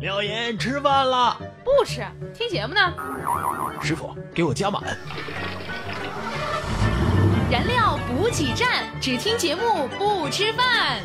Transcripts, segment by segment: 廖岩吃饭了，不吃，听节目呢。师傅给我加满。燃料补给站，只听节目不吃饭。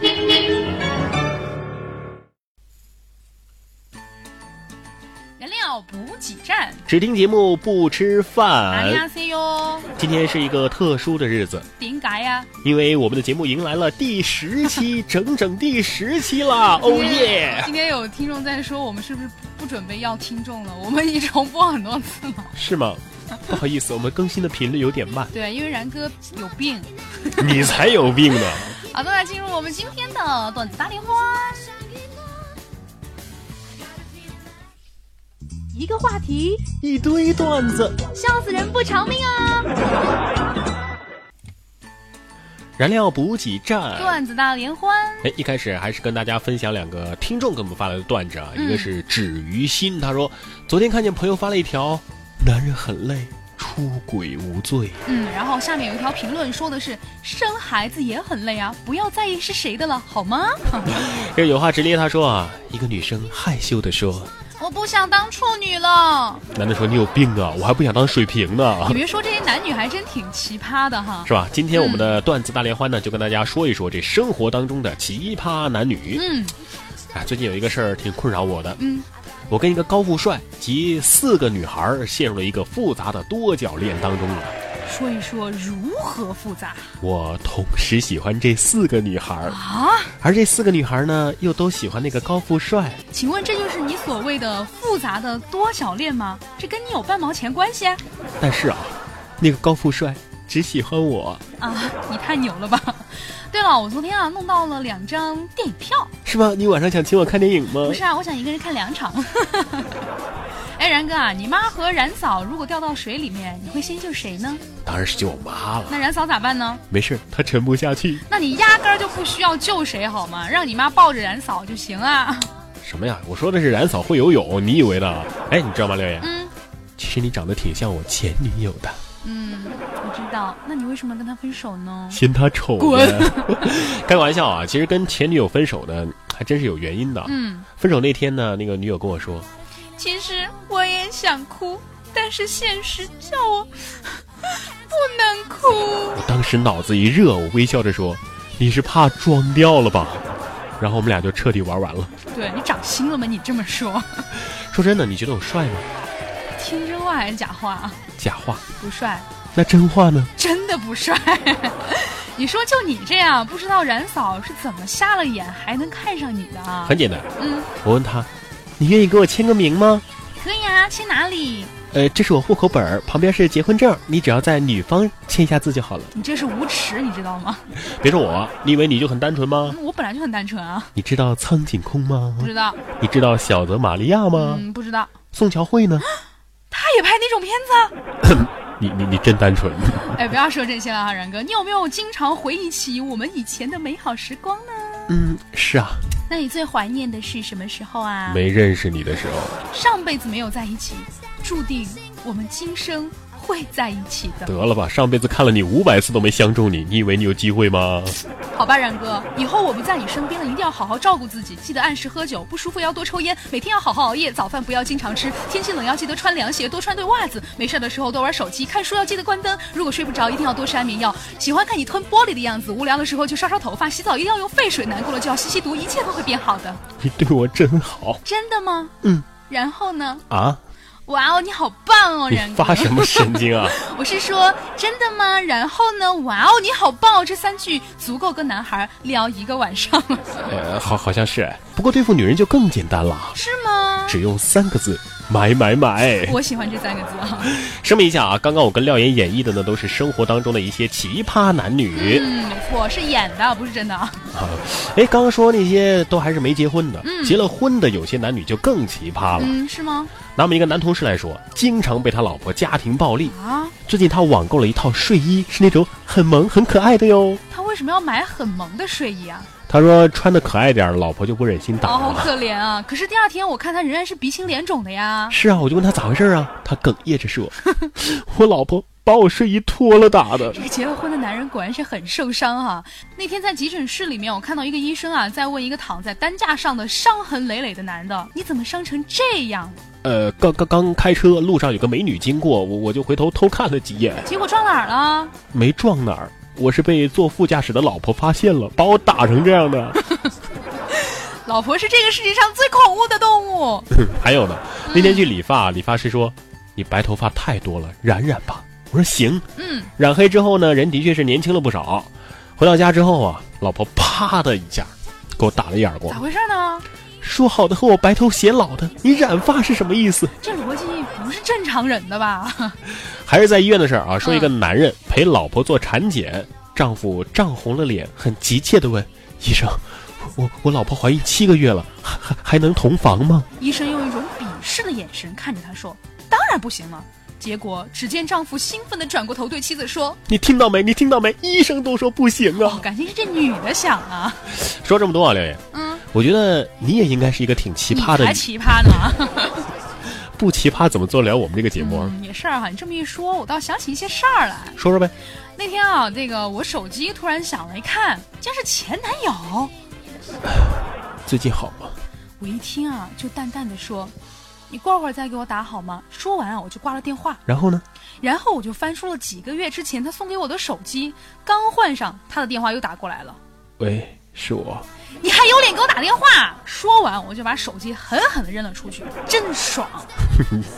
燃料补给站，只听节目不吃안녕哎饭。 하세요，今天是一个特殊的日子，点解啊呀？因为我们的节目迎来了第十期，整整第十期 啦！哦耶！今天有听众在说，我们是不是不准备要听众了？我们已重播很多次 了。是吗？不好意思，我们更新的频率有点慢。对，因为然哥有病。 你才有病呢！好的，来进入我们今天的段子大联欢。一个话题，一堆段子。笑死人不偿命啊！燃料补给站。段子大联欢，哎，一开始还是跟大家分享两个听众给我们发来的段子啊，嗯一个是止于心，他说昨天看见朋友发了一条“男人很累，出轨无罪嗯，然后下面有一条评论说的是生孩子也很累啊，不要在意是谁的了，好吗？”。嗯这有话直接，他说啊，一个女生害羞的说我不想当处女了。：“男的说你有病啊，我还不想当水瓶呢 你，别说，这些男女还真挺奇葩的哈。是吧？”今天我们的段子大联欢呢，就跟大家说一说这生活当中的奇葩男女。嗯啊，最近有一个事儿挺困扰我的，嗯，我跟一个高富帅及四个女孩儿陷入了一个复杂的多角恋当中了。说一说如何复杂我同时喜欢这四个女孩儿，啊？而这四个女孩儿呢，又都喜欢那个高富帅。请问这就是你所谓的复杂的多角恋吗？这跟你有半毛钱关系啊？但是啊，那个高富帅只喜欢我，啊你太牛了吧！对了，我昨天啊弄到了两张电影票，是吧？你晚上想请我看电影吗不？是啊，我想一个人看两场。 哎，然哥啊，你妈和然嫂如果掉到水里面，你会先救谁呢？当然是救我妈了。那然嫂咋办呢？没事，她沉不下去。那你压根儿就不需要救谁好吗？让你妈抱着然嫂就行啊。 什么呀？我说的是冉嫂会游泳，你以为呢？哎，你知道吗，廖岩？嗯其实你长得挺像我前女友的，嗯，我知道。那你为什么跟她分手呢？嫌她丑。滚！ 开个玩笑啊，其实跟前女友分手呢，还真是有原因的。嗯，分手那天呢，那个女友跟我说，其实我也想哭，但是现实叫我 不能哭。我当时脑子一热，我微笑着说：“你是怕装掉了吧？”然后我们俩就彻底玩完了。对你长心了吗？你这么说，说真的，你觉得我帅吗？听真话还是假话啊？假话。不帅，那真话呢？真的不帅。 你说就你这样，不知道冉嫂是怎么瞎了眼还能看上你的啊？很简单，嗯，我问他：“你愿意给我签个名吗可以啊，去哪里？？”呃，这是我户口本儿，旁边是结婚证，你只要在女方签一下字就好了。你这是无耻，你知道 吗？别说我，你以为你就很单纯吗？嗯我本来就很单纯啊，你知道苍井空吗不？知道，你知道小泽玛利亚吗？嗯，不知道。宋乔慧呢？他也拍那种片子啊？你你你真单纯。哎，不要说这些了啊，冉哥，你有没有经常回忆起我们以前的美好时光呢？嗯，是啊，那你最怀念的是什么时候啊？没认识你的时候。上辈子没有在一起，注定我们今生会在一起的。得了吧，上辈子看了你五百次都没相中你，你以为你有机会吗？好吧，冉哥，以后我不在你身边了，一定要好好照顾自己，记得按时喝酒，不舒服要多抽烟，每天要好好熬夜，早饭不要经常吃，天气冷要记得穿凉鞋，多穿对袜子，没事的时候多玩手机，看书要记得关灯，如果睡不着一定要多吃安眠药。喜欢看你吞玻璃的样子，无聊的时候去刷刷头发，洗澡一定要用沸水，难过了就要吸吸毒，一切都会变好的。你对我真好真的吗？嗯。然后呢？啊！哇哦，你好棒哦，你冉哥！发什么神经啊？我是说真的吗？然后呢？哇哦，你好棒哦！这三句足够跟男孩聊一个晚上了，呃，好，好像是。不过对付女人就更简单了，是吗？只用三个字：买买买。 我喜欢这三个字啊。声明一下啊，刚刚我跟廖岩演绎的呢，都是生活当中的一些奇葩男女。嗯，没错，是演的，不是真的啊。哎、刚刚说那些都还是没结婚的，嗯结了婚的有些男女就更奇葩了。嗯，是吗？拿我们一个男同事来说，经常被他老婆家庭暴力。啊，最近他网购了一套睡衣，是那种很萌很可爱的哟。他为什么要买很萌的睡衣啊？他说穿的可爱点儿，老婆就不忍心打哦，了。好可怜啊！可是第二天我看他仍然是鼻青脸肿的呀。 是啊，我就问他咋回事啊，他哽咽着说：“我老婆把我睡衣脱了打的这。个结了婚的男人果然是很受伤哈、那天在急诊室里面，我看到一个医生啊，在问一个躺在担架上的伤痕累累的男的：“你怎么伤成这样呃，刚刚刚开车路上有个美女经过，我我就回头偷看了几眼？”，结果撞哪儿了？没撞哪儿，我是被坐副驾驶的老婆发现了，把我打成这样的。老婆是这个世界上最恐怖的动物。还有呢，那天去理发，理发师说你白头发太多了，染染吧。我说行，嗯，染黑之后呢，人的确是年轻了不少。回到家之后啊，老婆啪的一下给我打了一耳咋光，回事呢？说好的和我白头偕老的，你染发是什么意思？这逻辑不是正常人的吧？还是在医院的事儿啊，说一个男人陪老婆做产检，丈夫涨红了脸，很急切地问医生：“我我老婆怀孕七个月了，还还还能同房吗医生用一种鄙视的眼神看着他说：“当然不行了。”结果，只见丈夫兴奋地转过头对妻子说？”你听到没？你听到没？医生都说不行：“哦，啊！感情是这女的想啊，说这么多啊，廖岩，嗯，我觉得你也应该是一个挺奇你葩的才人，奇葩呢。不奇葩怎么做了我们这个节目啊？ 嗯，也是哈、你这么一说，我倒想起一些事儿来。说说呗。那天啊，那个我手机突然响了，一看竟然是前男友。最近好吗？我一听啊，就淡淡的说：“你过会儿再给我打好吗？”说完啊，我就挂了电话。然后呢？然后我就翻出了几个月之前他送给我的手机，刚换上，他的电话又打过来了。喂，是我。你还有脸给我打电话？说完，我就把手机狠狠的扔了出去，真爽！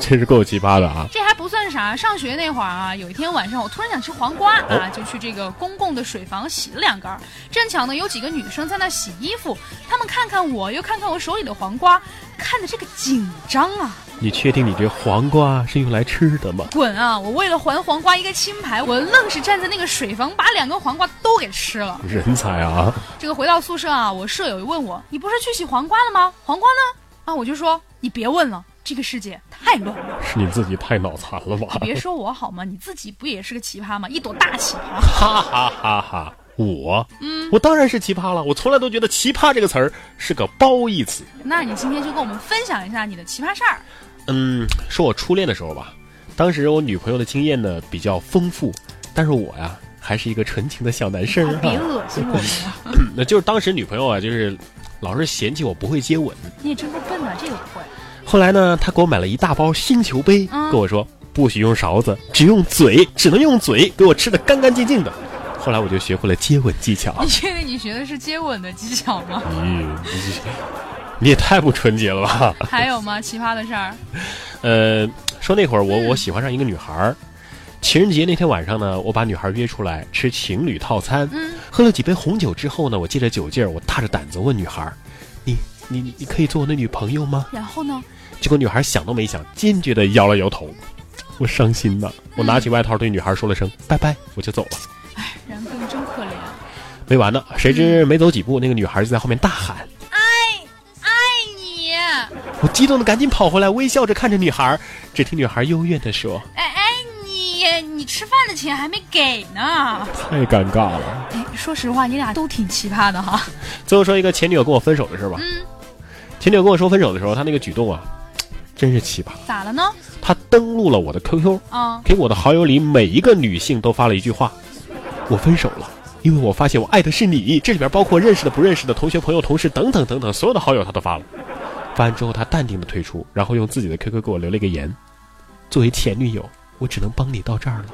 真是够奇葩的啊！这还不算啥，上学那会儿啊，有一天晚上我突然想吃黄瓜啊，就去这个公共的水房洗了两根儿。正巧呢，有几个女生在那洗衣服，她们看看我，又看看我手里的黄瓜，看的这个紧张啊！你确定你这黄瓜是用来吃的吗？滚啊！我为了还黄瓜一个清白，我愣是站在那个水房把两根黄瓜都给吃了。人才啊！这个回到宿舍啊，我舍友问我：“你不是去洗黄瓜了吗？黄瓜呢？”啊，我就说：“你别问了，这个世界太乱 了。是你自己太脑残了吧？别说我好吗？你自己不也是个奇葩吗？一朵大奇葩。” 哈哈哈哈！我，嗯，我当然是奇葩了。我从来都觉得“奇葩”这个词儿是个褒义词。那你今天就跟我们分享一下你的奇葩事儿。嗯，说我初恋的时候吧，当时我女朋友的经验呢比较丰富，但是我呀还是一个纯情的小男生哎别啊。恶心我们啊！ 那就是当时女朋友啊，就是老是嫌弃我不会接吻。你也真够笨的，这个不会。后来呢，她给我买了一大包星球杯，嗯跟我说不许用勺子，只用嘴，只能用嘴，给我吃的干干净净的。后来我就学会了接吻技巧。你确定你学的是接吻的技巧吗？ 咦，你也太不纯洁了吧？还有吗？奇葩的事儿？呃，说那会儿我嗯我喜欢上一个女孩儿，情人节那天晚上呢，我把女孩约出来吃情侣套餐，嗯，喝了几杯红酒之后呢，我借着酒劲儿，我大着胆子问女孩儿：“你你你你可以做我的女朋友吗然后呢？？”结果女孩想都没想，坚决的摇了摇头。我伤心呐！嗯我拿起外套对女孩说了声拜拜，我就走了。然哥你真可怜。没完呢，谁知没走几嗯步，那个女孩就在后面大喊，爱你，哎我激动的赶紧跑回来，微笑着看着女孩儿。只听女孩幽怨的说：“哎爱你，你吃饭的钱还没给呢。太尴尬了。哎，说实话，你俩都挺奇葩的哈。最后说一个前女友跟我分手的事吧。嗯，前女友跟我说分手的时候，她那个举动啊，真是奇葩。咋了呢？她登录了我的 QQ，啊、给我的好友里每一个女性都发了一句话：“我分手了，因为我发现我爱的是你。”这里边包括认识的、不认识的、同学、朋友、同事等等等等，所有的好友她都发了。发完之后，她淡定的退出，然后用自己的 QQ 给我留了一个言：“作为前女友，我只能帮你到这儿了。”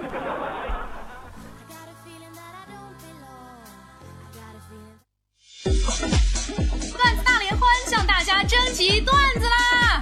got a feeling that I don't belong. I got a feeling. 段子大联欢向大家征集段子啦！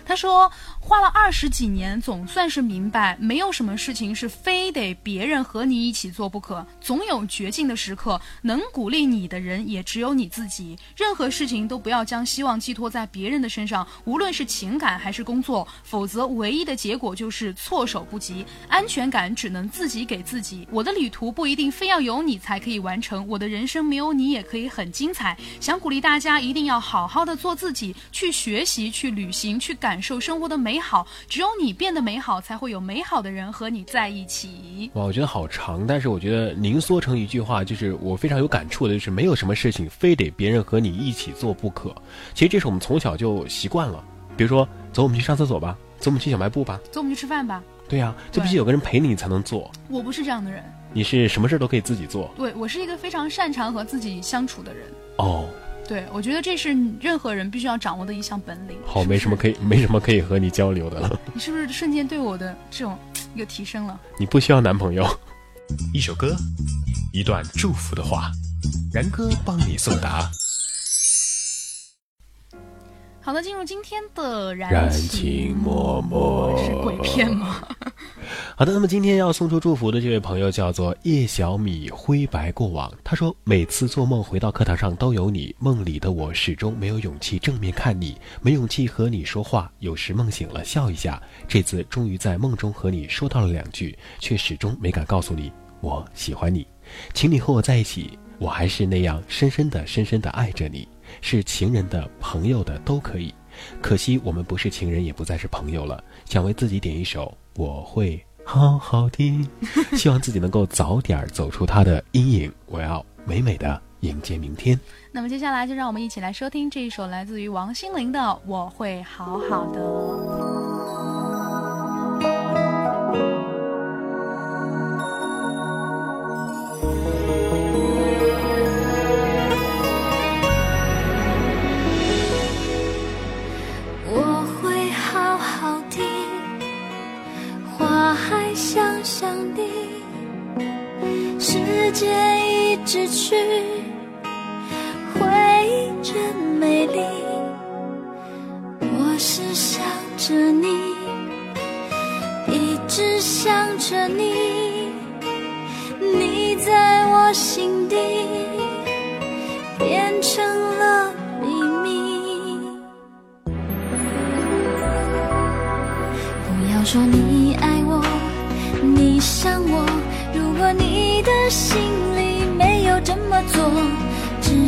他说花了二十几年，总算是明白，没有什么事情是非得别人和你一起做不可，总有绝境的时刻，能鼓励你的人也只有你自己。任何事情都不要将希望寄托在别人的身上，无论是情感还是工作，否则唯一的结果就是措手不及。安全感只能自己给自己。我的旅途不一定非要有你才可以完成，我的人生没有你也可以很精彩。想鼓励大家一定要好好的做自己，去学习，去旅行，去感受生活的美好。只有你变得美好，才会有美好的人和你在一起。哇，我觉得好长，但是我觉得凝缩成一句话，就是我非常有感触的，就是没有什么事情非得别人和你一起做不可。其实这是我们从小就习惯了，比如说，走，我们去上厕所吧，走，我们去小卖部吧，走，我们去吃饭吧。对呀、就必须对有个人陪你，你才能做。我不是这样的人，你是什么事儿都可以自己做对我是一个非常擅长和自己相处的人。哦。对我觉得这是任何人必须要掌握的一项本领。好，没什么可以，没什么可以和你交流的了。你是不是瞬间对我的这种有提升了？你不需要男朋友。 一首歌，一段祝福的话，然哥帮你送达。好的，进入今天的燃燃情脉脉是鬼片吗？ 好的，那么今天要送出祝福的这位朋友叫做叶小米灰白过往。他说，每次做梦回到课堂上都有你，梦里的我始终没有勇气正面看你，没勇气和你说话。有时梦醒了笑一下，这次终于在梦中和你说到了两句，却始终没敢告诉你我喜欢你，请你和我在一起。我还是那样深深的、深深的爱着你，是情人的、朋友的都可以。可惜我们不是情人，也不再是朋友了。想为自己点一首《我会好好的》， 希望自己能够早点走出他的阴影。我要美美的迎接明天。那么接下来就让我们一起来收听这一首来自于王心凌的《我会好好的》。我会好好的，花还香香的，时间一直去，回忆真美丽。我是想着你，一直想着你，你在我心底变成了秘密。不要说你爱我，你想我。如果你的心里没有这么做，只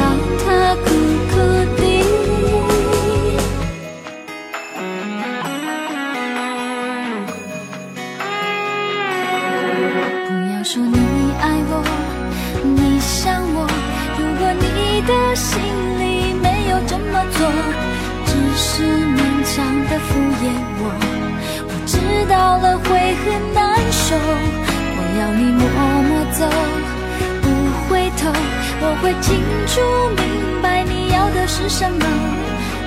它苦苦的。不要说你爱我，你想我。如果你的心里没有这么做，只是勉强的敷衍我，我知道了会很难受。我要你默默走，不回头。我会清楚明白你要的是什么，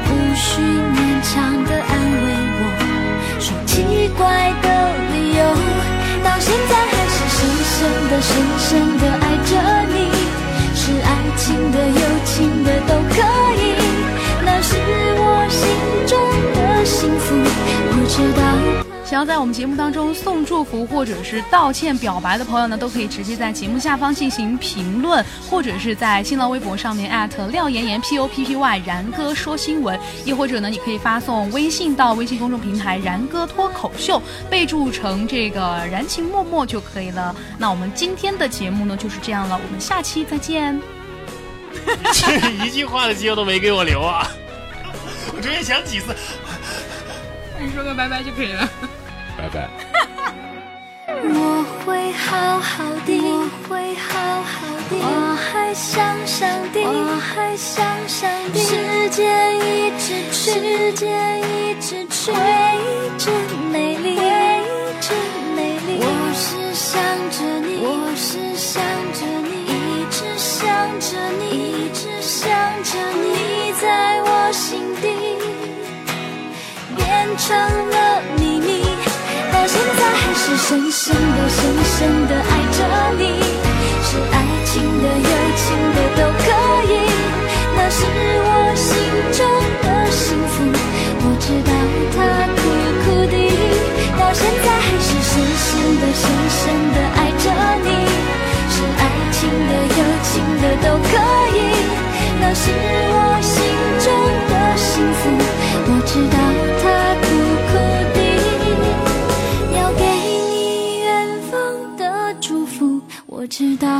无需勉强的安慰我。说奇怪的理由，到现在还是深深的、深深的爱着你，是爱情的、友情的都可以，那是我心中的幸福，我知道。想要在我们节目当中送祝福或者是道歉表白的朋友呢，都可以直接在节目下方进行评论，或者是在新浪微博上面艾特廖妍妍 P O P P Y 然哥说新闻，亦或者呢，你可以发送微信到微信公众平台然哥脱口秀，备注成这个燃情脉脉就可以了。那我们今天的节目呢就是这样了，我们下期再见。这 一句话的机会都没给我留啊！ 我这也想几次，你说个拜拜就可以了。拜拜。我会好好的，我会好好的，我还想上帝，我还想上帝。时间一直去，时间一直去，回忆真美丽，回忆真美丽。我是想着你，我是想着你，一直想着你，一直想着你，你在我心底。变成了秘密，到现在还是深深的、深深的爱着你，是爱情的、友情的都可以，那是我心中的幸福，我知道它苦苦的，到现在还是深深的、深深的爱着你，是爱情的、友情的都可以。那是我心中的幸福，我知道它苦苦的，要给你远方的祝福，我知道